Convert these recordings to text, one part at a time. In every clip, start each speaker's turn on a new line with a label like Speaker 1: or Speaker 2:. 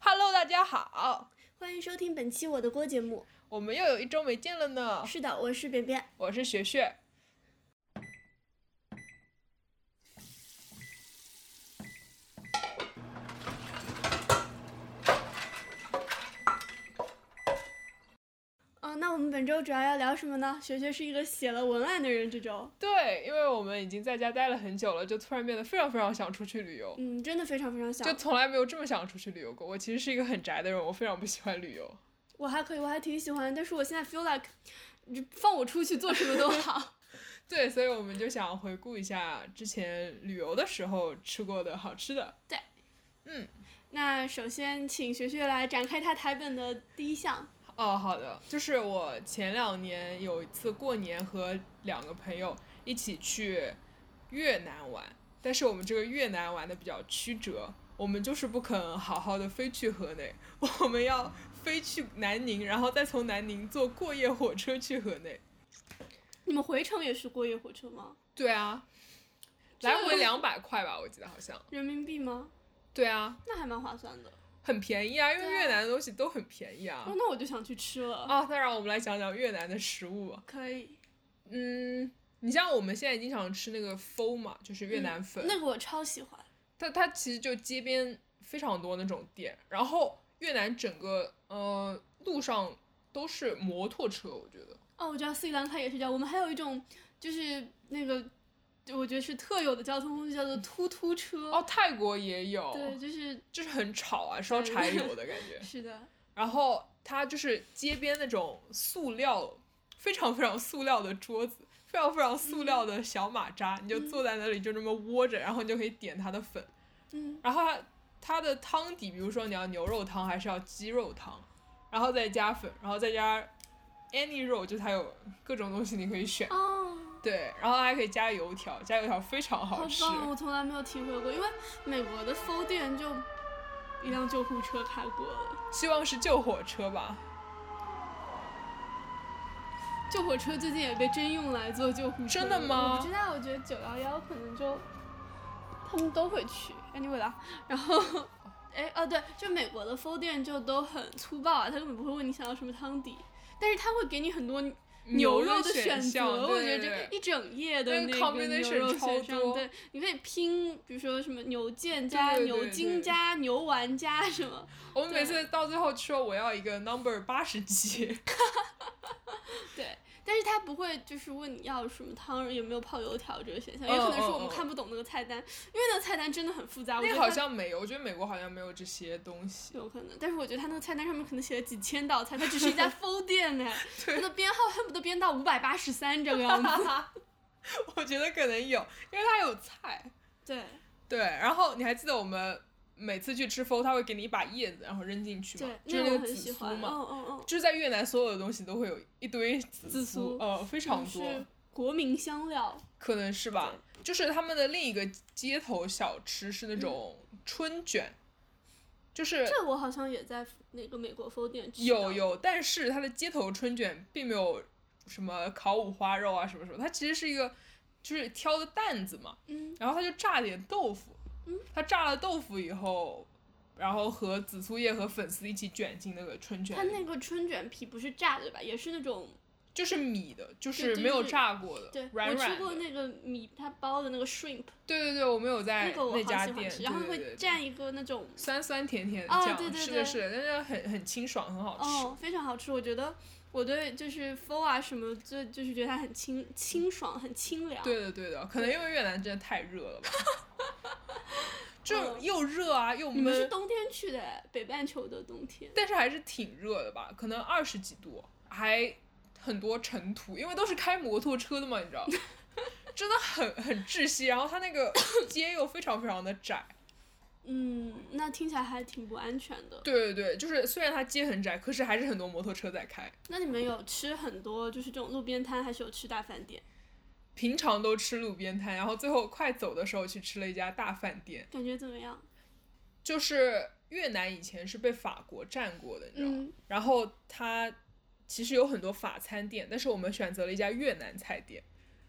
Speaker 1: Hello，大家好，
Speaker 2: 欢迎收听本期我的锅节目。
Speaker 1: 我们又有一周没见了呢。
Speaker 2: 是的，我是扁扁。
Speaker 1: 我是学学，
Speaker 2: 嗯、那我们本周主要要聊什么呢？学学是一个写了文案的人，这周，
Speaker 1: 对，因为我们已经在家待了很久了，就突然变得非常非常想出去旅游，
Speaker 2: 嗯，真的非常非常想
Speaker 1: 就。从来没有这么想出去旅游过。我其实是一个很宅的人，我非常不喜欢旅游。
Speaker 2: 我还可以，我还挺喜欢，但是我现在 feel like，你放我出去做什么都 好。
Speaker 1: 对，所以我们就想回顾一下之前旅游的时候吃过的好吃的。
Speaker 2: 那首先请学学来展开他台本的第一项，
Speaker 1: 哦，好的，就是我前两年有一次过年和两个朋友一起去越南玩，但是我们这个越南玩的比较曲折，我们就是不肯好好的飞去河内， 我们要飞去南宁，然后再从南宁坐过夜火车去河内。
Speaker 2: 你们回程也是过夜火车吗？
Speaker 1: 对啊，
Speaker 2: 这
Speaker 1: 来回两百块吧，我记得好像。
Speaker 2: 人民币吗？
Speaker 1: 对啊，
Speaker 2: 那还蛮划算的。
Speaker 1: 很便宜啊，因为
Speaker 2: 对啊
Speaker 1: 越南的东西都很便宜啊
Speaker 2: 哦，。那我就想去吃了。
Speaker 1: 啊，那让我们来讲讲越南的食物吧。
Speaker 2: 可以，
Speaker 1: 嗯，你像我们现在经常吃那个麸嘛，就是越南粉，
Speaker 2: 嗯那个我超喜欢。
Speaker 1: 它它其实就街边非常多那种店，然后越南整个呃路上都是摩托车，我觉得。
Speaker 2: 哦，我知道斯里兰卡也是这样。我们还有一种就是那个，就我觉得是特有的交通工具，叫做突突车。
Speaker 1: 哦，泰国也有，
Speaker 2: 对，就是
Speaker 1: 就是很吵啊，烧
Speaker 2: 对
Speaker 1: 柴油的感觉。
Speaker 2: 是的，
Speaker 1: 然后它就是街边那种塑料，非常非常塑料的桌子，非常非常塑
Speaker 2: 嗯
Speaker 1: 料的小马扎，你就坐在那里就这么窝着，然后你就可以点它的粉。
Speaker 2: 嗯，
Speaker 1: 然后它它的汤底，比如说你要牛肉汤还是要鸡肉汤，然后再加粉，然后再加 any 肉，就它有各种东西你可以选。
Speaker 2: 哦，
Speaker 1: 对，然后还可以加油条，加油条非常
Speaker 2: 好
Speaker 1: 好吃。
Speaker 2: 棒！我哦从来没有体会过，因为美国的 f o 店就一辆救护车开过了，
Speaker 1: 希望是救火车吧。
Speaker 2: 救火车最近也被征用来做救护车。
Speaker 1: 真的吗
Speaker 2: 我不知道，我觉得九幺幺可能就他们都会去，anyway 啦。然后，哎，哦对，就美国的 f o 店就都很粗暴啊，他根本不会问你想要什么汤底，但是他会给你很多牛肉的选
Speaker 1: 项
Speaker 2: 择，我觉
Speaker 1: 对
Speaker 2: 得
Speaker 1: 对对
Speaker 2: 这一整页的
Speaker 1: 那个
Speaker 2: 个
Speaker 1: combination
Speaker 2: 牛肉
Speaker 1: 超
Speaker 2: 选项，
Speaker 1: 多
Speaker 2: 对，你可以拼，比如说什么牛腱加
Speaker 1: 对对
Speaker 2: 牛
Speaker 1: 对
Speaker 2: 筋
Speaker 1: 对
Speaker 2: 加牛丸加什么，
Speaker 1: 我们每
Speaker 2: 对
Speaker 1: 次到最后说我要一个 number 八十几，
Speaker 2: 对。但是他不会就是问你要什么汤，有没有泡油条这个选
Speaker 1: 嗯
Speaker 2: 项，也可能是
Speaker 1: 嗯
Speaker 2: 我们
Speaker 1: 嗯
Speaker 2: 看不懂那个菜单，因为 那个菜单真的很复杂。我觉
Speaker 1: 那
Speaker 2: 得
Speaker 1: 好
Speaker 2: 它
Speaker 1: 像没有，我觉得美国好像没有这些东西。
Speaker 2: 有可能，但是我觉得他那个菜单上面可能写了几千道菜，他只是一 家 f 店呢，
Speaker 1: 对
Speaker 2: 他的编号恨不得编到五百八十三这个 样子。
Speaker 1: 我觉得可能有，因为它有菜。
Speaker 2: 对
Speaker 1: 对，然后你还记得我们每次去吃风，他会给你一把叶子，然后扔进去吗
Speaker 2: 对，？
Speaker 1: 就是
Speaker 2: 那
Speaker 1: 个
Speaker 2: 我很
Speaker 1: 紫
Speaker 2: 喜
Speaker 1: 苏
Speaker 2: 欢。嗯
Speaker 1: 嘛，
Speaker 2: 嗯嗯，
Speaker 1: 就是在越南所有的东西都会有一堆紫
Speaker 2: 紫苏
Speaker 1: 呃，非常多
Speaker 2: 是，国民香料。
Speaker 1: 可能是吧。就是他们的另一个街头小吃是那
Speaker 2: 嗯
Speaker 1: 种春卷，就是
Speaker 2: 这我好像也在那个美国 f 店吃到
Speaker 1: 有有，但是它的街头春卷并没有什么烤五花肉啊什么什么，它其实是一个就是挑的担子嘛，
Speaker 2: 嗯，
Speaker 1: 然后他就炸点豆腐，
Speaker 2: 嗯，
Speaker 1: 他炸了豆腐以后，然后和紫苏叶和粉丝一起卷进那个春卷
Speaker 2: 它
Speaker 1: 里，
Speaker 2: 那个春卷皮不是炸的吧？也是那种
Speaker 1: 就是米的，就是
Speaker 2: 对
Speaker 1: 没有
Speaker 2: 就是
Speaker 1: 炸过的，
Speaker 2: 对，
Speaker 1: 软
Speaker 2: 我
Speaker 1: 软
Speaker 2: 吃过
Speaker 1: 的。
Speaker 2: 那个米它包的那个 shrimp，
Speaker 1: 对对对，我没有在
Speaker 2: 那个我好喜
Speaker 1: 哎家
Speaker 2: 欢
Speaker 1: 店，
Speaker 2: 吃，然后
Speaker 1: 对对对
Speaker 2: 会蘸一个那种
Speaker 1: 酸酸甜甜的
Speaker 2: 哦
Speaker 1: 酱，
Speaker 2: 对对
Speaker 1: 是
Speaker 2: 对
Speaker 1: 的是的，但是很很清爽，很好吃。
Speaker 2: 哦，非常好吃。我觉得我对就是 pho 啊什么，就就是觉得它很清清爽，很清凉。
Speaker 1: 对的对的，可能因为越南真的太热 了吧，就
Speaker 2: 嗯
Speaker 1: 又热啊又
Speaker 2: 你们是
Speaker 1: 闷，
Speaker 2: 冬天去的，北半球的冬天。
Speaker 1: 但是还是挺热的吧，可能二十几度，还很多尘土，因为都是开摩托车的嘛，你 知道，真的很很窒息。然后它那 个街又非常非常的窄，
Speaker 2: 嗯，那听起来还挺不安全的。
Speaker 1: 对对对，就是虽然它街很窄，可是还是很多摩托车在开。
Speaker 2: 那你们有吃很多就是这种路边摊，还是有吃大饭店？
Speaker 1: 平常都吃路边摊，然后最后快走的时候去吃了一家大饭店，
Speaker 2: 感觉怎么样？
Speaker 1: 就是越南以前是被法国占过的，你知道吗？
Speaker 2: 嗯
Speaker 1: 然后它其实有很多法餐店，但是我们选择了一家越南菜店。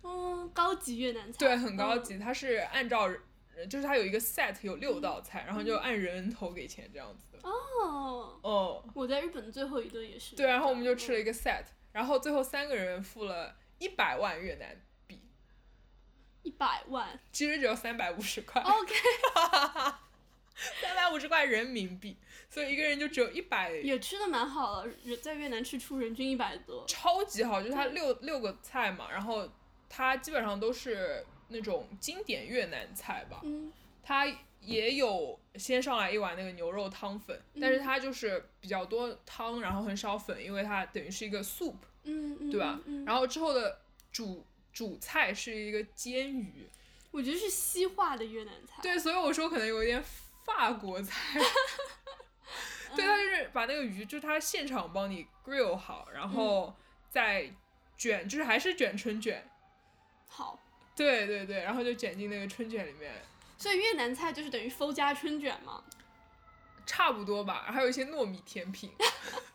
Speaker 2: 哦，高级越南菜。
Speaker 1: 对，很高
Speaker 2: 嗯。
Speaker 1: 级。它是按照人，就是它有一个 set 有六道菜，然后就按人头给钱这样子的。
Speaker 2: 嗯哦，
Speaker 1: 哦，
Speaker 2: 我在日本最后一顿也是。
Speaker 1: 对，然后我们就吃了一个 set，然后最后三个人付了一百万越南币，
Speaker 2: 一百 万。
Speaker 1: 其实只有三百五十块，
Speaker 2: OK，
Speaker 1: 三百五十块人民币，所以一个人就只有一百，
Speaker 2: 也吃的蛮好了，人在越南吃出人均一百多。
Speaker 1: 超级好，就是
Speaker 2: 嗯
Speaker 1: 它六六个菜嘛，然后它基本上都是那种经典越南菜吧，
Speaker 2: 嗯，
Speaker 1: 它也有先上来一碗那个牛肉汤粉，
Speaker 2: 嗯
Speaker 1: 但是它就是比较多汤，然后很少粉，因为它等于是一个 soup，
Speaker 2: 嗯嗯，
Speaker 1: 对吧？
Speaker 2: 嗯，
Speaker 1: 然后之后的主主菜是一个煎鱼，
Speaker 2: 我觉得是西化的越南菜。，
Speaker 1: 对，所以我说可能有一点法国 菜。对，
Speaker 2: 嗯
Speaker 1: 它就是把那个鱼，就是它现场帮你 grill 好，然后
Speaker 2: 嗯
Speaker 1: 再卷，就是还是卷春卷，
Speaker 2: 好，
Speaker 1: 对对对，然后就卷进那个春卷里面，
Speaker 2: 所以越南菜就是等于风加春卷嘛。
Speaker 1: 差不多吧，还有一些糯米甜品。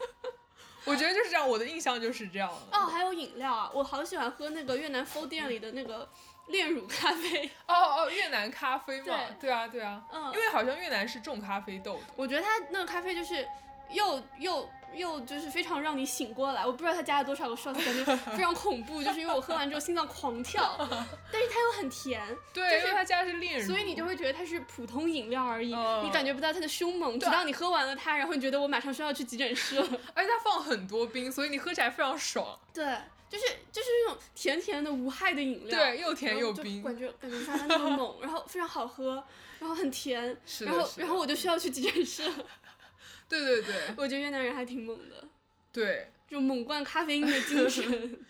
Speaker 1: 我觉得就是这样，我的印象就是这样
Speaker 2: 哦，还有饮料啊，我好喜欢喝那个越南风店里的那个炼乳咖啡。
Speaker 1: 哦哦，越南咖啡嘛，
Speaker 2: 对
Speaker 1: 对啊对啊，
Speaker 2: 嗯
Speaker 1: 因，为好像越南是种咖啡豆的。
Speaker 2: 我觉得它那个咖啡就是又又又就是非常让你醒过来，我不知道它加了多少个 shot，感觉非常恐 怖，就是因为我喝完之后心脏狂 跳，但是它又很甜，
Speaker 1: 对，
Speaker 2: 就是
Speaker 1: 因为他家是炼乳，
Speaker 2: 所以你就会觉得它是普通饮料而已，
Speaker 1: 嗯
Speaker 2: 你感觉不到它的凶猛，直
Speaker 1: 对啊
Speaker 2: 到你喝完了它，然后你觉得我马上需要去急诊室了。
Speaker 1: 而且它放很多冰，所以你喝起来非常爽。
Speaker 2: 对，就是就是那种甜甜的无害的饮料。
Speaker 1: 对，又甜
Speaker 2: 啊然后
Speaker 1: 又
Speaker 2: 就
Speaker 1: 冰，
Speaker 2: 感觉感觉它那么猛，然后非常好喝，然后很甜，
Speaker 1: 是的
Speaker 2: 然后
Speaker 1: 是的
Speaker 2: 然后我就需要去急诊室了。
Speaker 1: 对对对
Speaker 2: 我觉得越南人还挺猛的，
Speaker 1: 对。
Speaker 2: 这种猛灌咖啡因的 精神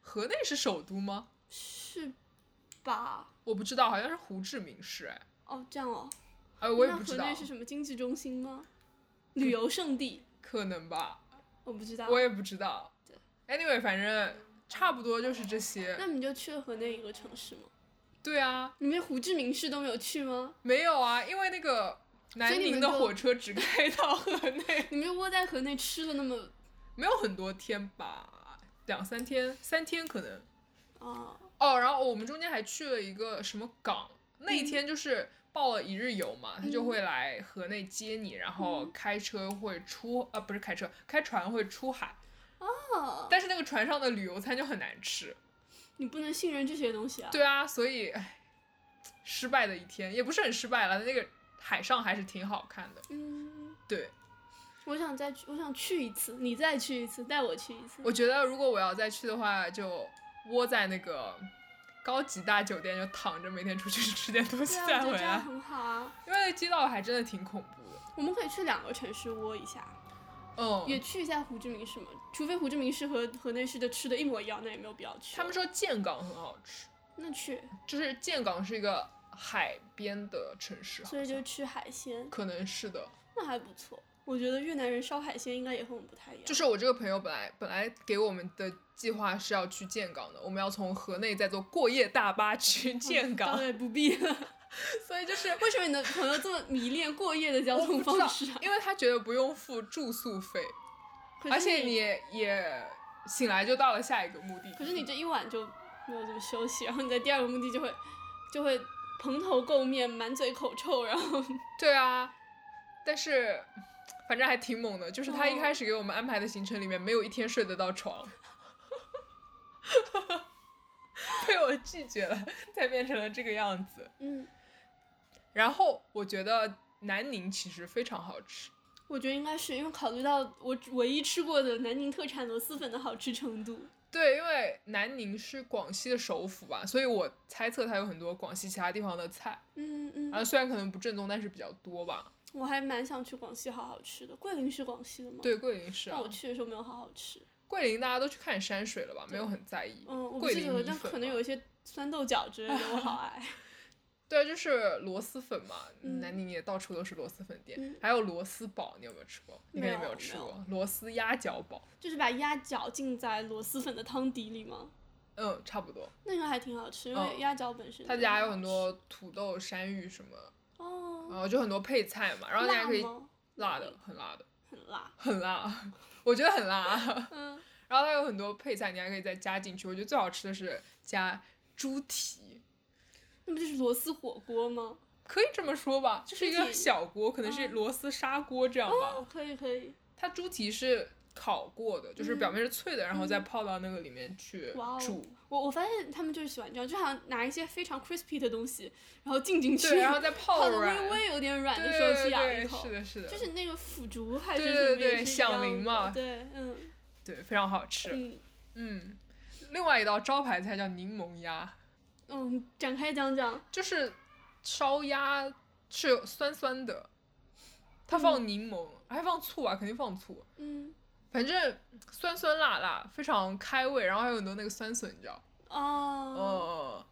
Speaker 1: 河内是首都吗？
Speaker 2: 是吧？
Speaker 1: 我不知道，好像是胡志明市哎，
Speaker 2: 哦，这样哦，
Speaker 1: 哎，我也
Speaker 2: 那
Speaker 1: 不知
Speaker 2: 河
Speaker 1: 道
Speaker 2: 内，是什么经济中心吗？旅游胜地？
Speaker 1: 可能吧，
Speaker 2: 我不知道。
Speaker 1: 我也不知道。Anyway，反正差不多就是这些。
Speaker 2: 那你就去了河内一个城市吗？
Speaker 1: 对啊，
Speaker 2: 你们胡志明市都没有去吗？
Speaker 1: 没有啊，因为那个南
Speaker 2: 所以你
Speaker 1: 宁
Speaker 2: 们
Speaker 1: 的
Speaker 2: 就
Speaker 1: 火车只开到河内，
Speaker 2: 你们就窝在河内吃了那么
Speaker 1: 没有很多天吧，两三天，三天可能。
Speaker 2: 啊、
Speaker 1: 哦，然后我们中间还去了一个什么港，那一天就是报了一日游
Speaker 2: 嗯
Speaker 1: 嘛，他就会来河内接你，然后开车会出，啊、不是开车，开船会出海，
Speaker 2: 哦，
Speaker 1: 但是那个船上的旅游餐就很难吃。
Speaker 2: 你不能信任这些东西啊。
Speaker 1: 对啊，所以唉失败的一天也不是很失败了，那个海上还是挺好看的。
Speaker 2: 嗯，
Speaker 1: 对，
Speaker 2: 我想再去，我想去一次，你再去一次，带我去一次。
Speaker 1: 我觉得如果我要再去的话，就窝在那个高级大酒店就躺着，每天出去 吃点东西
Speaker 2: 对
Speaker 1: 再
Speaker 2: 啊，我觉
Speaker 1: 回
Speaker 2: 得这
Speaker 1: 来，
Speaker 2: 样很好啊。
Speaker 1: 因为街道还真的挺恐怖的。
Speaker 2: 我们可以去两个城市窝一下，
Speaker 1: 嗯，
Speaker 2: 也去一下胡志明市嘛。除非胡志明市和河内市的吃的一模一样，那也没有必要去。
Speaker 1: 他们说建港很好吃，
Speaker 2: 那去，
Speaker 1: 就是建港是一个海边的城市，
Speaker 2: 所以就吃海鲜，
Speaker 1: 可能是的。
Speaker 2: 那还不错。我觉得越南人烧海鲜应该也和我们不太一样。
Speaker 1: 就是我这个朋友本来本来给我们的计划是要去建港的，我们要从河内再坐过夜大巴去 建港
Speaker 2: 当，然嗯不必了。
Speaker 1: 所以就是
Speaker 2: 为什么你的朋友这么迷恋过夜的交
Speaker 1: 我
Speaker 2: 通
Speaker 1: 不知道
Speaker 2: 方式啊？
Speaker 1: 因为他觉得不用付住宿费，
Speaker 2: 可是
Speaker 1: 而且你，也醒来就到了下一个目的地。
Speaker 2: 可是你这一晚就没有怎么休息，然后你在第二个目的就会就会蓬头垢面、满嘴口臭，然后
Speaker 1: 对啊，但是反正还挺猛的，就是他一
Speaker 2: 哦
Speaker 1: 开始给我们安排的行程里面，没有一天睡得到床， 被我拒绝了，才变成了这个样子。
Speaker 2: 嗯，
Speaker 1: 然后我觉得南宁其实非常好吃，
Speaker 2: 我觉得应该是因为考虑到我只唯一吃过的南宁特产螺蛳粉的好吃程度。
Speaker 1: 对，因为南宁是广西的首府吧，所以我猜测它有很多广西其他地方的菜，
Speaker 2: 嗯
Speaker 1: 然后
Speaker 2: 嗯，
Speaker 1: 虽然可能不正宗，但是比较多吧。
Speaker 2: 我还蛮想去广西好好吃的。桂林是广西的吗？。
Speaker 1: 对，桂林是、啊
Speaker 2: 但我，去的时候没有好好吃，
Speaker 1: 桂林大家都去看山水了吧，没有很在意。
Speaker 2: 嗯，我不
Speaker 1: 桂
Speaker 2: 记
Speaker 1: 林
Speaker 2: 得了，
Speaker 1: 米
Speaker 2: 但
Speaker 1: 粉
Speaker 2: 可能
Speaker 1: 嘛
Speaker 2: 有一些酸豆角之类的，我 好爱。
Speaker 1: 对，啊就是螺蛳粉嘛，
Speaker 2: 嗯
Speaker 1: 南宁也到处都是螺蛳粉店，
Speaker 2: 嗯
Speaker 1: 还有螺蛳堡，你有没有吃过？你肯定没
Speaker 2: 没有
Speaker 1: 有吃
Speaker 2: 没有
Speaker 1: 过螺蛳鸭脚堡，
Speaker 2: 就是把鸭脚浸在螺蛳粉的汤底里吗？
Speaker 1: 嗯，差不多。
Speaker 2: 那个还挺好吃，因为
Speaker 1: 嗯
Speaker 2: 鸭脚本身、
Speaker 1: 他家有很多土豆、山芋什么，
Speaker 2: 哦，
Speaker 1: 然后就很多配菜嘛，然后大家可以
Speaker 2: 辣吗
Speaker 1: 辣的，很辣的，
Speaker 2: 很辣，
Speaker 1: 很辣，我觉得很辣。
Speaker 2: 嗯，
Speaker 1: 然后它有很多配菜，你还可以再加进去。我觉得最好吃的是加猪蹄，
Speaker 2: 那不就是螺蛳火锅吗？
Speaker 1: 可以这么说吧，就是一个
Speaker 2: 挺
Speaker 1: 小锅，可能是螺丝砂锅这样吧。
Speaker 2: 嗯哦，可以可以，
Speaker 1: 它猪蹄是烤过的，就是
Speaker 2: 嗯
Speaker 1: 表面是脆的，然后再泡到那个里面去
Speaker 2: 哇
Speaker 1: 煮
Speaker 2: 哦。！我我发现他们就是喜欢这样，就好像拿一些非常 crispy 的东西，然后浸进去，
Speaker 1: 对，然后再
Speaker 2: 泡
Speaker 1: 泡
Speaker 2: 的
Speaker 1: 软。
Speaker 2: 微微有点软
Speaker 1: 对
Speaker 2: 的时候
Speaker 1: 对
Speaker 2: 去咬一
Speaker 1: 对，
Speaker 2: 口
Speaker 1: 是，的，是的，
Speaker 2: 就是那个腐竹还
Speaker 1: 对
Speaker 2: 是
Speaker 1: 对
Speaker 2: 什么
Speaker 1: 对
Speaker 2: 也是一
Speaker 1: 响
Speaker 2: 样
Speaker 1: 铃
Speaker 2: 的
Speaker 1: 嘛
Speaker 2: 对，嗯
Speaker 1: 对，非常好吃。
Speaker 2: 嗯
Speaker 1: 嗯，另外一道招牌菜叫柠檬鸭，
Speaker 2: 嗯，展开讲讲，
Speaker 1: 就是烧鸭是有酸酸的，它放柠檬，还放醋啊，肯定放醋。
Speaker 2: 嗯
Speaker 1: 反正酸酸辣辣，非常开胃，然后还有很多那个酸笋，你知道？
Speaker 2: 哦，
Speaker 1: 哦，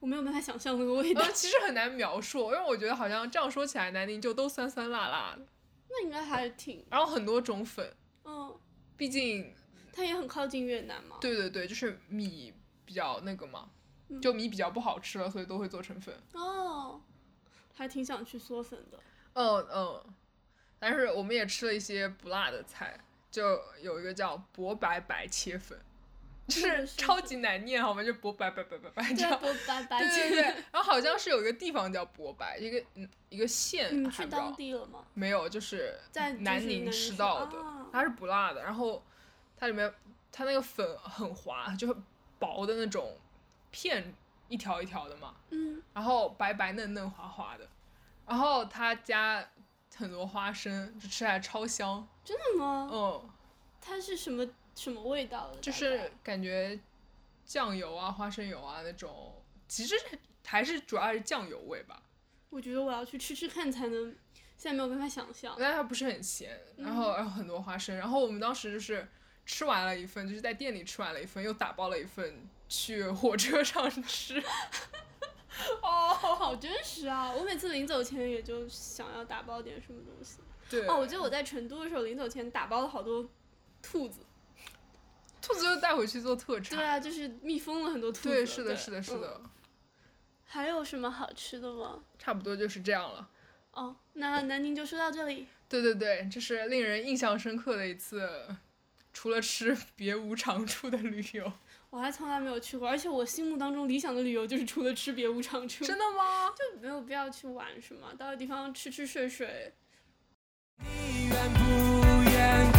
Speaker 2: 我没有办法想象那个味道
Speaker 1: 然，后嗯其实很难描述，因为我觉得好像这样说起来，南宁就都酸酸辣辣的，
Speaker 2: 那应该还挺，
Speaker 1: 然后很多种粉，
Speaker 2: 嗯，
Speaker 1: 毕竟
Speaker 2: 它也很靠近越南嘛，
Speaker 1: 对对对，就是米比较那个嘛，
Speaker 2: 嗯
Speaker 1: 就米比较不好吃了，所以都会做成粉。
Speaker 2: 哦，还挺想去嗦粉的，
Speaker 1: 嗯嗯，但是我们也吃了一些不辣的菜，就有一个叫博白白切粉，就
Speaker 2: 那
Speaker 1: 是
Speaker 2: 个是
Speaker 1: 超
Speaker 2: 什
Speaker 1: 级难念好吗？就博白白白白白这
Speaker 2: 对，
Speaker 1: 样。
Speaker 2: 不白白
Speaker 1: 对对
Speaker 2: 切，
Speaker 1: 对，然后好像是有一个地方叫博白，一个嗯一个县，还
Speaker 2: 你们
Speaker 1: 不
Speaker 2: 去
Speaker 1: 知道
Speaker 2: 当地了吗？
Speaker 1: 没有，就是
Speaker 2: 在就是
Speaker 1: 南宁
Speaker 2: 南
Speaker 1: 吃
Speaker 2: 宁
Speaker 1: 到
Speaker 2: 吃
Speaker 1: 的，
Speaker 2: 啊
Speaker 1: 它是不辣的，然后它里面它那个粉很滑，就很薄的那种片一条一条的嘛，
Speaker 2: 嗯，
Speaker 1: 然后白白嫩嫩滑滑的，然后它加很多花生，就吃起来超香，
Speaker 2: 真的吗？
Speaker 1: 嗯，
Speaker 2: 它是什么什么味道的？
Speaker 1: 就
Speaker 2: 大
Speaker 1: 是
Speaker 2: 概
Speaker 1: 感觉酱油啊、花生油啊那种，其实还是主要是酱油味吧，
Speaker 2: 我觉得我要去吃吃看才能，现在没有办法想象。
Speaker 1: 但它不是很咸，然后
Speaker 2: 嗯
Speaker 1: 然后很多花生，然后我们当时就是吃完了一份，就是在店里吃完了一份，又打包了一份去火车上吃。哦，
Speaker 2: 好真实啊！我每次临走前也就想要打包点什么东西。
Speaker 1: 对，
Speaker 2: 哦，我记得我在成都的时候，临走前打包了好多兔子。
Speaker 1: 兔子就带回去做特产。
Speaker 2: 对啊，就是密封了很多兔子。
Speaker 1: 对，是的，是的，
Speaker 2: 嗯
Speaker 1: 是的，
Speaker 2: 还有什么好吃的吗？
Speaker 1: 差不多就是这样了。
Speaker 2: 哦，那南宁就说到这里。
Speaker 1: 对对对，这是令人印象深刻的一次，除了吃别无长处的旅 游。
Speaker 2: 我还从来没有去过，而且我心目当中理想的旅游就是除了吃别无长处，
Speaker 1: 真的吗？
Speaker 2: 就没有必要去玩什么，到地方吃吃睡睡，
Speaker 3: 你愿不愿